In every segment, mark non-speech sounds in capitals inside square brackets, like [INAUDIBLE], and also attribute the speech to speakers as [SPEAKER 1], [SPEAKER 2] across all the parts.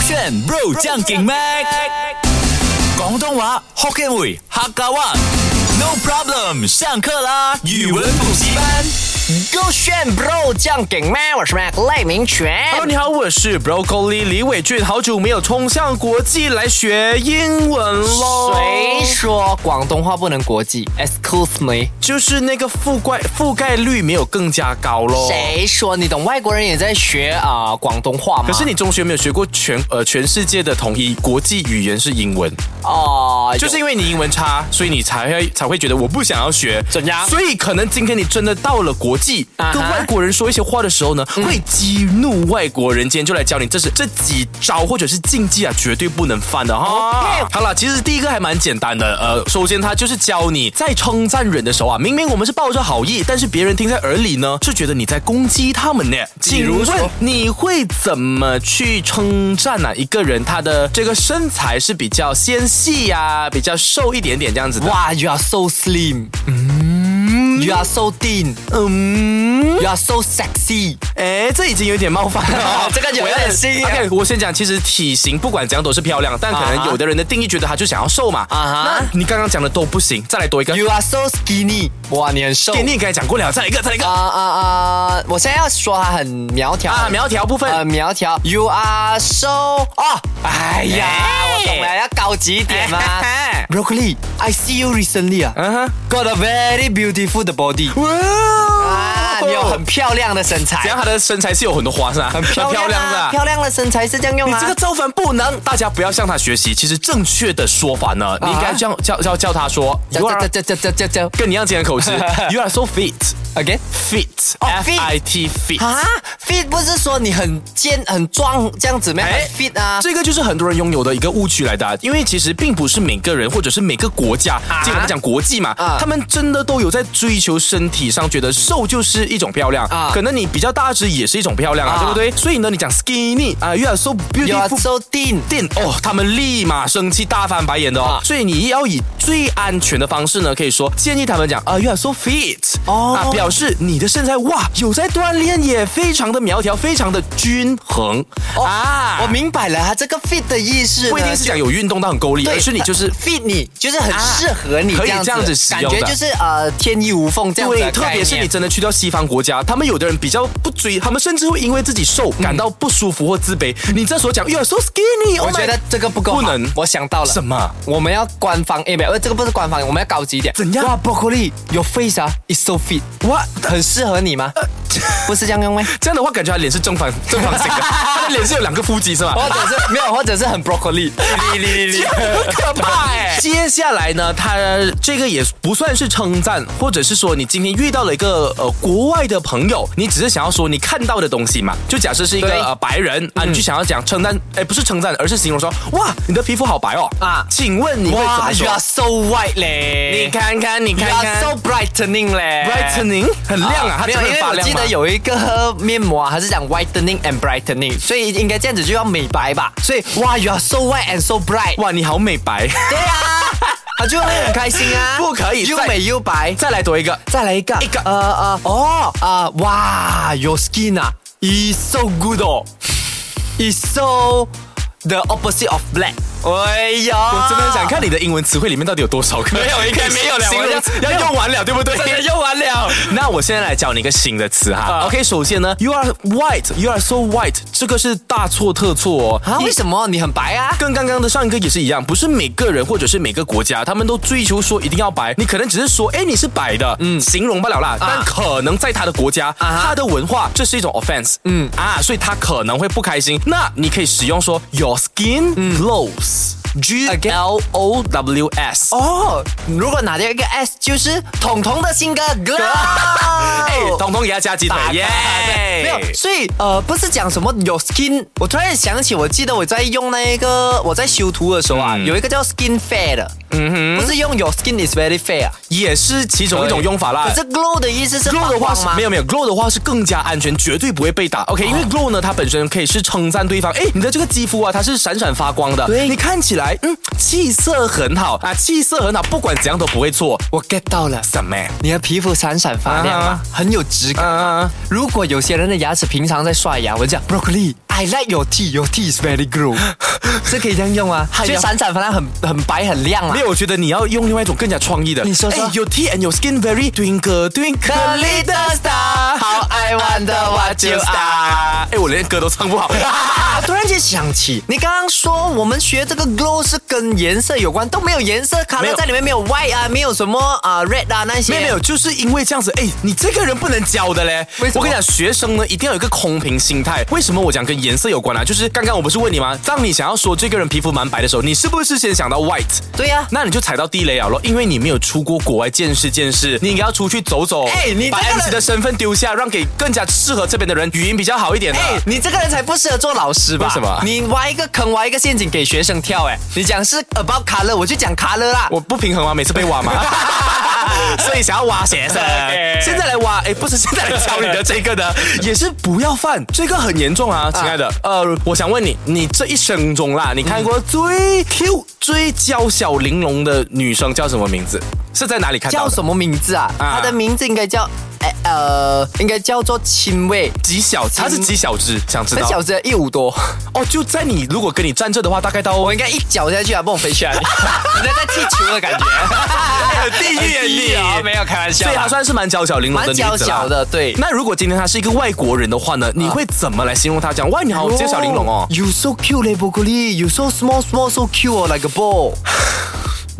[SPEAKER 1] 选 Bro 将劲 Mac，广东话 Hokkien 语客家话。No problem，上课啦！语文补习班。
[SPEAKER 2] 勾选 bro 酱给麦，我是 Mac 赖明全。
[SPEAKER 3] Hello，你好，我是 Broccoli 李伟俊，好久没有冲向国际来学英文喽。
[SPEAKER 2] 谁说广东话不能国际？Excuse me，
[SPEAKER 3] 就是那个覆盖覆盖率没有更加高喽。
[SPEAKER 2] 谁说？你懂外国人也在学啊、广东话吗？
[SPEAKER 3] 可是你中学没有学过全呃全世界的统一国际语言是英文，
[SPEAKER 2] 哦，
[SPEAKER 3] 就是因为你英文差，所以你才会才会觉得我不想要学。
[SPEAKER 2] 怎样
[SPEAKER 3] 所以可能今天你真的到了国际，
[SPEAKER 2] 啊哈嗯
[SPEAKER 3] 跟外国人说一些话的时候呢，会激怒外国人。今天就来教你这是这几招或者是禁忌啊，绝对不能犯的哈。
[SPEAKER 2] OK
[SPEAKER 3] 好了，其实第一个还蛮简单的，呃，首先他就是教你在称赞人的时候啊，明明我们是抱着好意，但是别人听在耳里呢，是觉得你在攻击他们呢。
[SPEAKER 2] 比
[SPEAKER 3] 请
[SPEAKER 2] 如说
[SPEAKER 3] 问你会怎么去称赞哪、一个人他的这个身材是比较纤细呀、比较瘦一点点这样子的？
[SPEAKER 2] 哇，you are so slim，嗯，you are so thin，you
[SPEAKER 3] 嗯，
[SPEAKER 2] are so sexy。，
[SPEAKER 3] 哎，这已经有点冒犯了
[SPEAKER 2] 这个有
[SPEAKER 3] 我要
[SPEAKER 2] 点新啊
[SPEAKER 3] OK，我先讲，其实体型不管怎样都是漂亮，但可
[SPEAKER 2] 啊
[SPEAKER 3] 能
[SPEAKER 2] 哈
[SPEAKER 3] 有的人的定义觉得他就想要瘦嘛。
[SPEAKER 2] 啊哈
[SPEAKER 3] 那你刚刚讲的都不行，再来多一个。
[SPEAKER 2] You are so skinny，哇，你很瘦。
[SPEAKER 3] 给你刚才讲过了，再来一个，再来一个
[SPEAKER 2] 啊。啊啊！我现在要说他很苗条
[SPEAKER 3] 啊，苗条部分。
[SPEAKER 2] 呃苗条，You are so 哦，哎呀，
[SPEAKER 3] 哎
[SPEAKER 2] 我懂了，要高级一点
[SPEAKER 3] [LAUGHS]
[SPEAKER 2] 嘛。Broccoli，I see you recently 啊、
[SPEAKER 3] 嗯哼。
[SPEAKER 2] got a very beautiful 的 body
[SPEAKER 3] [LAUGHS] 哇哦
[SPEAKER 2] 啊，你有很漂亮的身材，
[SPEAKER 3] 怎样？他的身材是有很多花是吧？很
[SPEAKER 2] 漂亮
[SPEAKER 3] 亮
[SPEAKER 2] 啊，
[SPEAKER 3] 是吧？
[SPEAKER 2] 漂亮的身材是这样用
[SPEAKER 3] 你
[SPEAKER 2] 啊。
[SPEAKER 3] 这个造反不能，大家不要向他学习。其实正确的说法
[SPEAKER 2] 啊
[SPEAKER 3] 呢，你应该这样叫叫叫他说，You
[SPEAKER 2] 叫
[SPEAKER 3] are
[SPEAKER 2] 叫叫叫叫叫
[SPEAKER 3] 跟你一样今天的
[SPEAKER 2] [LAUGHS]
[SPEAKER 3] 口吃，You are so fit。
[SPEAKER 2] ，again。
[SPEAKER 3] Fit,
[SPEAKER 2] 哦
[SPEAKER 3] F
[SPEAKER 2] ，fit
[SPEAKER 3] I T fit，
[SPEAKER 2] 啊，fit 不是说你很尖很壮这样子吗、
[SPEAKER 3] 哎
[SPEAKER 2] 很 fit 啊，
[SPEAKER 3] 这个就是很多人拥有的一个误区来的啊，因为其实并不是每个人或者是每个国家，就我们讲国际嘛
[SPEAKER 2] 啊，
[SPEAKER 3] 他们真的都有在追求身体上，觉得瘦就是一种漂亮
[SPEAKER 2] 啊，
[SPEAKER 3] 可能你比较大只也是一种漂亮啊
[SPEAKER 2] 啊，
[SPEAKER 3] 对不对？所以呢，你讲 skinny 啊，You are so
[SPEAKER 2] ，you are
[SPEAKER 3] beautiful。
[SPEAKER 2] so thin。
[SPEAKER 3] 店哦，他们立马生气，大翻白眼的哦。
[SPEAKER 2] 啊
[SPEAKER 3] 所以你要以最安全的方式呢，可以说建议他们讲啊，you are so fit
[SPEAKER 2] 哦
[SPEAKER 3] 啊，表示你的身材哇有在锻炼，也非常的苗条，非常的均衡、啊。
[SPEAKER 2] 我哦明白了，他这个 fit 的意思呢
[SPEAKER 3] 不一定是讲有运动到很够力，而是你就是
[SPEAKER 2] 它 fit 你，就是很适合你
[SPEAKER 3] 啊可以
[SPEAKER 2] 这样子，
[SPEAKER 3] 这样子使
[SPEAKER 2] 感
[SPEAKER 3] 用的
[SPEAKER 2] 觉就是呃天衣无缝这样子
[SPEAKER 3] 对，
[SPEAKER 2] 的概念。
[SPEAKER 3] 特别是你真的去到西方国家，他们有的人比较不追，他们甚至会因为自己瘦感到不舒服或自卑。你这所讲 you are so skinny，
[SPEAKER 2] 嗯我觉得这个不够好
[SPEAKER 3] 不能
[SPEAKER 2] 我想到了
[SPEAKER 3] 什么
[SPEAKER 2] 我们要官方 A 没有，呃这个不是官方，我们要高级一点。
[SPEAKER 3] 怎样
[SPEAKER 2] 哇，broccoli your face 啊，is so fit，
[SPEAKER 3] 哇。
[SPEAKER 2] 很适合你吗？
[SPEAKER 3] 呃 [LAUGHS]
[SPEAKER 2] 不是这样用吗？
[SPEAKER 3] 这样的话，感觉他脸是正方正方
[SPEAKER 2] [LAUGHS]
[SPEAKER 3] 形的，他的脸是有两个腹肌是吧？
[SPEAKER 2] 或者是没有，或者是很 broccoli，哩哩 [LAUGHS] 哩哩，很可怕哎。
[SPEAKER 3] [LAUGHS] 接下来呢，他这个也不算是称赞，或者是说你今天遇到了一个呃国外的朋友，你只是想要说你看到的东西嘛。就假设是一个
[SPEAKER 2] 对嗯
[SPEAKER 3] 呃白人啊，你就想要讲称赞，哎，不是称赞，而是形容说哇，你的皮肤好白哦
[SPEAKER 2] 啊
[SPEAKER 3] 啊。请问你会怎
[SPEAKER 2] 哇
[SPEAKER 3] 么
[SPEAKER 2] ，you
[SPEAKER 3] 说
[SPEAKER 2] are？so white 嘞，
[SPEAKER 3] 你看看，你
[SPEAKER 2] 哦 You
[SPEAKER 3] 看
[SPEAKER 2] are
[SPEAKER 3] 看
[SPEAKER 2] so brightening 嘞
[SPEAKER 3] ，brightening [LAUGHS] 很亮啊，它真的
[SPEAKER 2] 没有，因
[SPEAKER 3] 很
[SPEAKER 2] 为
[SPEAKER 3] 发
[SPEAKER 2] 我
[SPEAKER 3] 亮
[SPEAKER 2] 记
[SPEAKER 3] 吗
[SPEAKER 2] 得？有一个面膜啊，它是讲 whitening and brightening，所以应该这样子就要美白吧。所以哇，you are so white and so bright，
[SPEAKER 3] 哇，你好美白，
[SPEAKER 2] 对啊，他就会很开心啊。
[SPEAKER 3] [LAUGHS] 不可以
[SPEAKER 2] 又
[SPEAKER 3] 再
[SPEAKER 2] 美又白。
[SPEAKER 3] [LAUGHS] 再来多一个。
[SPEAKER 2] 再来一个，
[SPEAKER 3] 一个
[SPEAKER 2] 呃呃哦啊、哇，your skin 啊，is so good 哦，is so the opposite of black。哎呀，
[SPEAKER 3] 我真的很想看你的英文词汇里面到底有多少个？
[SPEAKER 2] 没有应该没有了
[SPEAKER 3] 形容
[SPEAKER 2] 我
[SPEAKER 3] [LAUGHS]
[SPEAKER 2] 要
[SPEAKER 3] 要用完了，对不对？
[SPEAKER 2] 真的用完了。
[SPEAKER 3] 那我现在来教你一个新的词哈。
[SPEAKER 2] 啊
[SPEAKER 3] OK，首先呢，You are white, you are so white，这个是大错特错哦。
[SPEAKER 2] 啊，为什么你很白啊？
[SPEAKER 3] 跟刚刚的上一个也是一样，不是每个人或者是每个国家，他们都追求说一定要白。你可能只是说，哎，你是白的，嗯，形容不了啦。但可能在他的国家，
[SPEAKER 2] 啊哈
[SPEAKER 3] 他的文化，这是一种 offense，嗯啊，所以他可能会不开心。那你可以使用说 Your skin
[SPEAKER 2] 嗯
[SPEAKER 3] glows。G
[SPEAKER 2] Again
[SPEAKER 3] L O W S，
[SPEAKER 2] 哦，如果拿掉一个 S，就是彤彤的新歌《Glow》。
[SPEAKER 3] [LAUGHS] 哎，彤彤也要加鸡腿
[SPEAKER 2] 打，
[SPEAKER 3] 耶！
[SPEAKER 2] 对没有，所以呃，不是讲什么有 skin，我突然想起，我记得我在用那个我在修图的时候啊，
[SPEAKER 3] 嗯
[SPEAKER 2] 有一个叫 skin fair 的，嗯哼，不是用 your skin is very fair，、啊、
[SPEAKER 3] 也是其中一种用法啦
[SPEAKER 2] 可。是哎 glow 的意思是
[SPEAKER 3] glow 的话
[SPEAKER 2] 发光
[SPEAKER 3] 是
[SPEAKER 2] 吗？哦
[SPEAKER 3] 没有没有，glow 的话是更加安全，绝对不会被打。OK，因为 glow 呢，它本身可以是称赞对方，哎，你的这个肌肤啊，它是闪闪发光的，
[SPEAKER 2] 对
[SPEAKER 3] 你看起来来，嗯，气色很好啊，气色很好，不管怎样都不会错。
[SPEAKER 2] 我 get 到了。
[SPEAKER 3] 什么？
[SPEAKER 2] 你的皮肤闪闪发亮啊
[SPEAKER 3] 啊，
[SPEAKER 2] 很有质感。
[SPEAKER 3] 嗯、
[SPEAKER 2] 如果有些人的牙齿平常在刷牙，我就讲 broccoli，I like your teeth，your teeth is very [LAUGHS] good，这可以这样用啊，
[SPEAKER 3] 哎呀
[SPEAKER 2] 就闪闪发亮，很很白很亮啊
[SPEAKER 3] 没。有，我觉得你要用另外一种更加创意的。
[SPEAKER 2] 你说说
[SPEAKER 3] 哎，Your teeth and your skin very twinkle twinkle
[SPEAKER 2] The little star, how I wonder what you are
[SPEAKER 3] 哎，我连歌都唱不好。
[SPEAKER 2] 啊！突然间想起，你刚刚说我们学这个 glow 是跟颜色有关，都没有颜色，卡
[SPEAKER 3] 没
[SPEAKER 2] 乐
[SPEAKER 3] 有
[SPEAKER 2] 在里面没有 white 啊，没有什么啊 red 啊那些，
[SPEAKER 3] 没有没有，就是因为这样子，哎，你这个人不能教的嘞
[SPEAKER 2] 为什么。
[SPEAKER 3] 我跟你讲，学生呢一定要有一个空瓶心态。为什么我讲跟颜色有关啊？就是刚刚我不是问你吗？当你想要说这个人皮肤蛮白的时候，你是不是先想到 white？
[SPEAKER 2] 对呀
[SPEAKER 3] 那你就踩到地雷了啊咯，因为你没有出过国外见识见识，你应该要出去走走。
[SPEAKER 2] 哎你
[SPEAKER 3] 把
[SPEAKER 2] 这个人
[SPEAKER 3] MC 的身份丢下，让给更加适合这边的人，语音比较好一点啊的。
[SPEAKER 2] 哎，你这个人才不适合做老师吧？
[SPEAKER 3] 为什么
[SPEAKER 2] 你挖一个坑，挖一个陷阱给学生跳、哎，你讲是 about color，我就讲 color 啦。
[SPEAKER 3] 我不平衡吗？每次被
[SPEAKER 2] [LAUGHS]
[SPEAKER 3] 挖吗？所以想要挖学生
[SPEAKER 2] Okay，
[SPEAKER 3] 现在来挖，哎，不是现在来教你的这个
[SPEAKER 2] [LAUGHS]
[SPEAKER 3] 的，也是不要犯，这个很严重啊，亲爱的。呃，我想问你，你这一生中啦，你看
[SPEAKER 2] 嗯
[SPEAKER 3] 过最 Q、最娇小玲珑的女生叫什么名字？是在哪里看到
[SPEAKER 2] 叫
[SPEAKER 3] 的？
[SPEAKER 2] 什么名字啊？
[SPEAKER 3] 啊
[SPEAKER 2] 他的名字应该叫，哎呃，应该叫做亲卫。
[SPEAKER 3] 几小？她是几小只？想知
[SPEAKER 2] 那
[SPEAKER 3] 道
[SPEAKER 2] 小？子一五多，
[SPEAKER 3] 哦，就在你如果跟你站着的话，大概到
[SPEAKER 2] 我应该一脚下去啊，蹦飞去
[SPEAKER 3] [LAUGHS]
[SPEAKER 2] 啊！你你在踢球的感觉，
[SPEAKER 3] 地
[SPEAKER 2] 地狱啊没有开玩笑
[SPEAKER 3] 所
[SPEAKER 2] 啦
[SPEAKER 3] 以她算是蛮娇小玲珑的
[SPEAKER 2] 蛮
[SPEAKER 3] 女子
[SPEAKER 2] 娇
[SPEAKER 3] 啦
[SPEAKER 2] 小的，对。
[SPEAKER 3] 那如果今天他是一个外国人的话呢，你会怎么来形容他？讲哇，你好娇小玲珑哦。
[SPEAKER 2] ，You so cute 嘞，broccoli。You so small, small, so cute 哦，like a ball。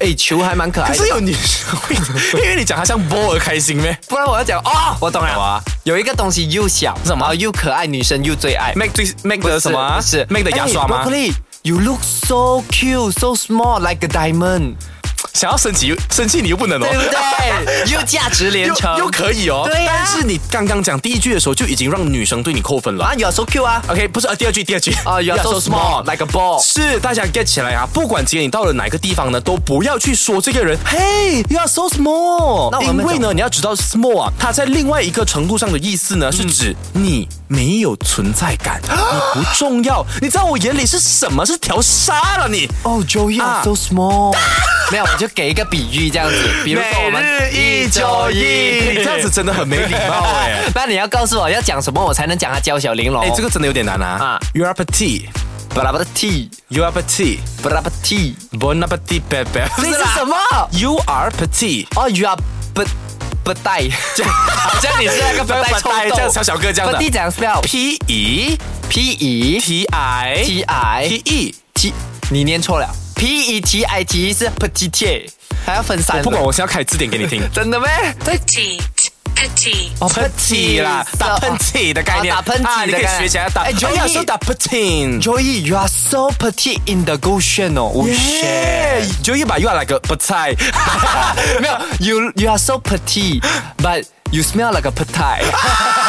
[SPEAKER 2] 哎，球还蛮可爱
[SPEAKER 3] 可
[SPEAKER 2] 的
[SPEAKER 3] 是。有女生会， [LAUGHS] 因为你讲他像波而开心咩？
[SPEAKER 2] 不然我要讲哦，我懂
[SPEAKER 3] 好
[SPEAKER 2] 了
[SPEAKER 3] 啊，
[SPEAKER 2] 有一个东西又小，什么哦又可爱，女生又最爱。
[SPEAKER 3] make 最 make
[SPEAKER 2] 不
[SPEAKER 3] 的什么啊？
[SPEAKER 2] 不是哎
[SPEAKER 3] make 的牙刷吗？
[SPEAKER 2] ？Broccoli。You look so cute, so small, like a diamond，
[SPEAKER 3] 想要生气又生气你又不能哦
[SPEAKER 2] 对。不 [LAUGHS] 对？又价值连城，
[SPEAKER 3] 又又可以哦，
[SPEAKER 2] 对啊呀
[SPEAKER 3] 但是你刚刚讲第一句的时候就已经让女生对你扣分了。
[SPEAKER 2] 啊，You are so cute 啊！
[SPEAKER 3] OK，不是，呃，第二句，第二句，
[SPEAKER 2] 啊，You are so small, like a ball。
[SPEAKER 3] 是，大家 get 起来啊！不管今天你到了哪个地方呢，都不要去说这个人，Hey, you are so small
[SPEAKER 2] 那我。们
[SPEAKER 3] 因为
[SPEAKER 2] 怎么
[SPEAKER 3] 呢，你要知道 small 啊，它在另外一个程度上的意思呢，
[SPEAKER 2] 嗯
[SPEAKER 3] 是指你没有存在感，
[SPEAKER 2] 啊
[SPEAKER 3] 你不重要。你在我眼里是什么？是条沙了你。
[SPEAKER 2] 哦，Joey are
[SPEAKER 3] 啊
[SPEAKER 2] so small。没有，我就给一个比喻这样子，比如说我们
[SPEAKER 3] 你哎这样
[SPEAKER 2] [LAUGHS]
[SPEAKER 3] 子真的很没礼貌哎、
[SPEAKER 2] 那你要告诉我要讲什么，我才能讲他娇小玲珑。
[SPEAKER 3] 哎，这个真的有点难啊
[SPEAKER 2] 啊。
[SPEAKER 3] You are petite,
[SPEAKER 2] 巴拉巴拉 T，
[SPEAKER 3] you are petite,
[SPEAKER 2] 巴拉巴 T，
[SPEAKER 3] bon appetit, baby。
[SPEAKER 2] 这是什么？
[SPEAKER 3] [LAUGHS] ？You are petite。
[SPEAKER 2] 哦，You are 不不带，
[SPEAKER 3] [LAUGHS]
[SPEAKER 2] 好像你是那个不带臭豆，
[SPEAKER 3] 像小小哥这样
[SPEAKER 2] 不
[SPEAKER 3] 的。
[SPEAKER 2] 带讲 spell
[SPEAKER 3] P E
[SPEAKER 2] P E
[SPEAKER 3] T I
[SPEAKER 2] T I
[SPEAKER 3] T E，
[SPEAKER 2] T，你念错了，P E T I T 是 petite，还要分三
[SPEAKER 3] 不管
[SPEAKER 2] 个，。
[SPEAKER 3] 我是要开字典给你听
[SPEAKER 2] 真的咩？对，
[SPEAKER 4] petite, petite.
[SPEAKER 2] 哦
[SPEAKER 3] 喷嚏啦，打喷。嚏的概念，
[SPEAKER 2] 哦打喷嚏的
[SPEAKER 3] 啊你可以
[SPEAKER 2] 概念
[SPEAKER 3] 学起来打。
[SPEAKER 2] 哎
[SPEAKER 3] 哎
[SPEAKER 2] ，Joey
[SPEAKER 3] 呀，说打喷嚏。
[SPEAKER 2] Joey, you are so petite in the ocean 哦，无限。
[SPEAKER 3] 就一把又来个不菜， [LAUGHS]
[SPEAKER 2] 没有，you you are so petite, but you smell like a petite。
[SPEAKER 3] [LAUGHS]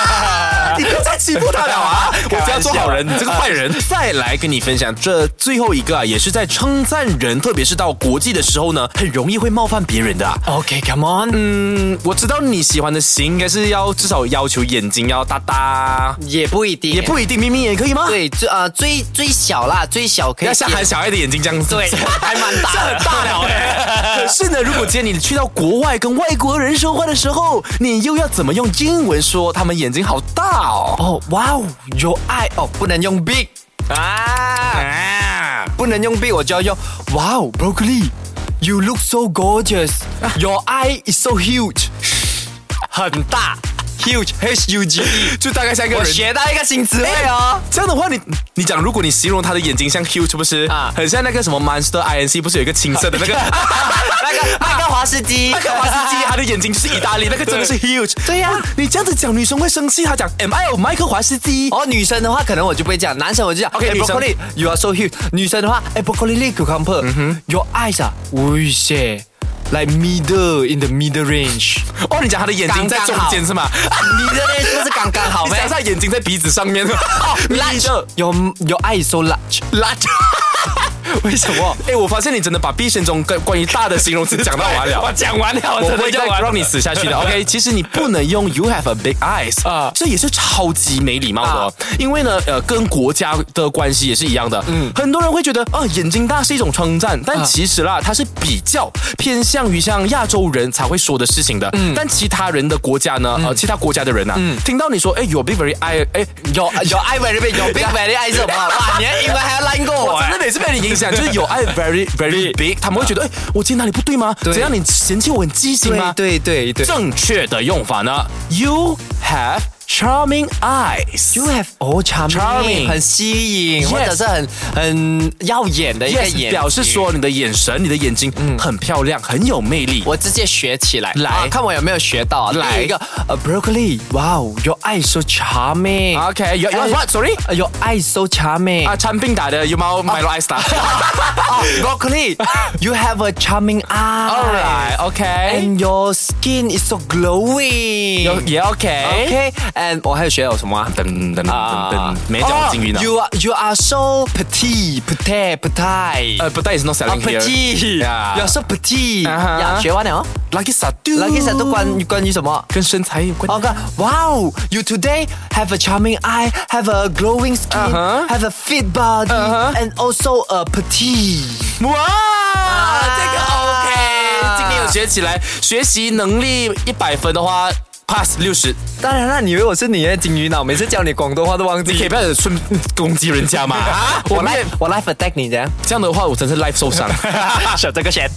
[SPEAKER 3] 你不要再欺负他了啊！
[SPEAKER 2] [LAUGHS] 开
[SPEAKER 3] 我
[SPEAKER 2] 玩笑
[SPEAKER 3] 只要做好人，你这个坏
[SPEAKER 2] [LAUGHS]
[SPEAKER 3] 人。再来跟你分享这最后一个啊，也是在称赞人，特别是到国际的时候呢，很容易会冒犯别人的啊。
[SPEAKER 2] OK, come on，
[SPEAKER 3] 嗯，我知道你喜欢的型应该是要至少要求眼睛要大大，
[SPEAKER 2] 也不一定，
[SPEAKER 3] 也不一定，咪咪也可以吗？，
[SPEAKER 2] 对，最啊、最最小啦，最小可以
[SPEAKER 3] 要像韩小爱的眼睛这样子，
[SPEAKER 2] 对，还蛮大的，
[SPEAKER 3] 大了哎、
[SPEAKER 2] [LAUGHS]
[SPEAKER 3] 可是呢，如果今天你去到国外跟外国人说话的时候，你又要怎么用英文说他们眼睛好大哦？
[SPEAKER 2] 哦，哇哦，有爱哦，不能用 big，
[SPEAKER 3] 啊！
[SPEAKER 2] 不能用 big，我就要用哇哦，broccoli，you look so
[SPEAKER 3] 啊
[SPEAKER 2] gorgeous，your eye is so huge，很大，huge h u g e，
[SPEAKER 3] 就大概 [LAUGHS] 像一个
[SPEAKER 2] 我
[SPEAKER 3] 人。
[SPEAKER 2] 学到一个新词汇哦。
[SPEAKER 3] 这样的话你，你讲，如果你形容他的眼睛像 huge，不是
[SPEAKER 2] 啊
[SPEAKER 3] 啊，很像那个什么 Monster INC，不是有一个青色的那
[SPEAKER 2] [LAUGHS]
[SPEAKER 3] 个
[SPEAKER 2] 那个麦克华斯基，麦
[SPEAKER 3] 哎那个华斯基，他的眼睛就是意大利，那个真的是 huge。
[SPEAKER 2] 对呀
[SPEAKER 3] 哇你这样子讲，女生会生气。他讲 Am I a 麦克华斯基？
[SPEAKER 2] 哦，女生的话可能我就不会讲，男生我就讲。
[SPEAKER 3] OK，
[SPEAKER 2] 哎
[SPEAKER 3] 女生
[SPEAKER 2] broccoli you are so huge。女生的话，哎，broccoli l i c u c u m b e r y o u r eyes 啊，喂塞，like middle in the middle range。
[SPEAKER 3] 哦，你讲他的眼睛在中间是吗？
[SPEAKER 2] 你的 range 不是刚刚好
[SPEAKER 3] 你
[SPEAKER 2] [LAUGHS] 咩
[SPEAKER 3] 讲他眼睛在鼻子上面。哦， [LAUGHS]
[SPEAKER 2] ？Large，your your eyes so large。
[SPEAKER 3] 辣椒。
[SPEAKER 2] [LAUGHS] 为什么？
[SPEAKER 3] 哎，我发现你真的把毕生中关关于大的形容词讲到完了
[SPEAKER 2] [LAUGHS] 我。讲完了，我
[SPEAKER 3] 我
[SPEAKER 2] 真
[SPEAKER 3] 不
[SPEAKER 2] 的
[SPEAKER 3] 会
[SPEAKER 2] 就
[SPEAKER 3] 再
[SPEAKER 2] 完了
[SPEAKER 3] 让你死下
[SPEAKER 2] [LAUGHS]
[SPEAKER 3] 去的。OK，其实你不能用 “you have a big eyes” 啊
[SPEAKER 2] 啊，
[SPEAKER 3] 这也是超级没礼貌的哦。因为呢，呃，跟国家的关系也是一样的。嗯，很多人会觉得啊，眼睛大是一种称赞，
[SPEAKER 2] 啊
[SPEAKER 3] 但其实啦，它是比较偏向于像亚洲人才会说的事情的。嗯，但其他人的国家呢，
[SPEAKER 2] 嗯
[SPEAKER 3] 呃，其他国家的人呐，听到你说哎，you big very eye，哎，
[SPEAKER 2] 有有爱 very big，有 big [LAUGHS] very 爱是什么？哇，你的英文还要烂过我
[SPEAKER 3] 我真
[SPEAKER 2] 哎
[SPEAKER 3] 的！每次被你影
[SPEAKER 2] [LAUGHS]
[SPEAKER 3] 响，就是有爱 very very big，他们会觉得哎，我今天哪里不对吗？
[SPEAKER 2] 对
[SPEAKER 3] 怎样你嫌弃我很畸形吗？
[SPEAKER 2] 对对对对
[SPEAKER 3] 正确的用法呢？You have charming eyes。
[SPEAKER 2] ，You have all
[SPEAKER 3] Charming
[SPEAKER 2] charming，很吸引
[SPEAKER 3] Yes
[SPEAKER 2] 或者是很很耀眼的一个
[SPEAKER 3] Yes，
[SPEAKER 2] 眼，嗯
[SPEAKER 3] 表示。说你的眼神、你的眼睛很漂亮，很有魅力。
[SPEAKER 2] 我直接学起来，
[SPEAKER 3] 来
[SPEAKER 2] 啊看我有没有学到啊。
[SPEAKER 3] 来
[SPEAKER 2] 第一个，呃，broccoli，哇哦，your eyes so charming。
[SPEAKER 3] OK，you you what? Sorry？
[SPEAKER 2] 呃，your eyes so charming。
[SPEAKER 3] 啊，产品打的有冇
[SPEAKER 2] 啊
[SPEAKER 3] 买 eyes
[SPEAKER 2] [LAUGHS]
[SPEAKER 3] 打
[SPEAKER 2] broccoli，you have a charming eye。
[SPEAKER 3] ？All right，OK，
[SPEAKER 2] And your skin is so glowing。
[SPEAKER 3] 有也 OK。
[SPEAKER 2] OK，and 我还有学到什么啊？
[SPEAKER 3] 噔噔噔噔，没讲到金鱼呢。
[SPEAKER 2] You are you are so petite petite petite。
[SPEAKER 3] 呃，but that is not selling here.
[SPEAKER 2] petite，
[SPEAKER 3] Yeah.
[SPEAKER 2] you're so petite。
[SPEAKER 3] 啊哈
[SPEAKER 2] 呀，学完了哦。
[SPEAKER 3] Lucky s a d u
[SPEAKER 2] Lucky 都关关于什么？
[SPEAKER 3] 跟身材有关。
[SPEAKER 2] 哦，看，哇哦，You today have a charming eye, have a glowing skin,
[SPEAKER 3] Uh-huh.
[SPEAKER 2] have a fit body,
[SPEAKER 3] Uh-huh.
[SPEAKER 2] and also a petite。
[SPEAKER 3] 哇，这个 OK，今天有学起来，学习能力一百分的话，pass 六十。
[SPEAKER 2] 当然啦，你以为我是你的金鱼脑？每次教你广东话都忘
[SPEAKER 3] 你可以
[SPEAKER 2] 记。
[SPEAKER 3] 不要顺攻击人家嘛？啊，我
[SPEAKER 2] 我
[SPEAKER 3] 们
[SPEAKER 2] [LAUGHS] life 我 life attack 你的。
[SPEAKER 3] 这样的话，我真是 life 受伤。
[SPEAKER 2] 小这个 shit。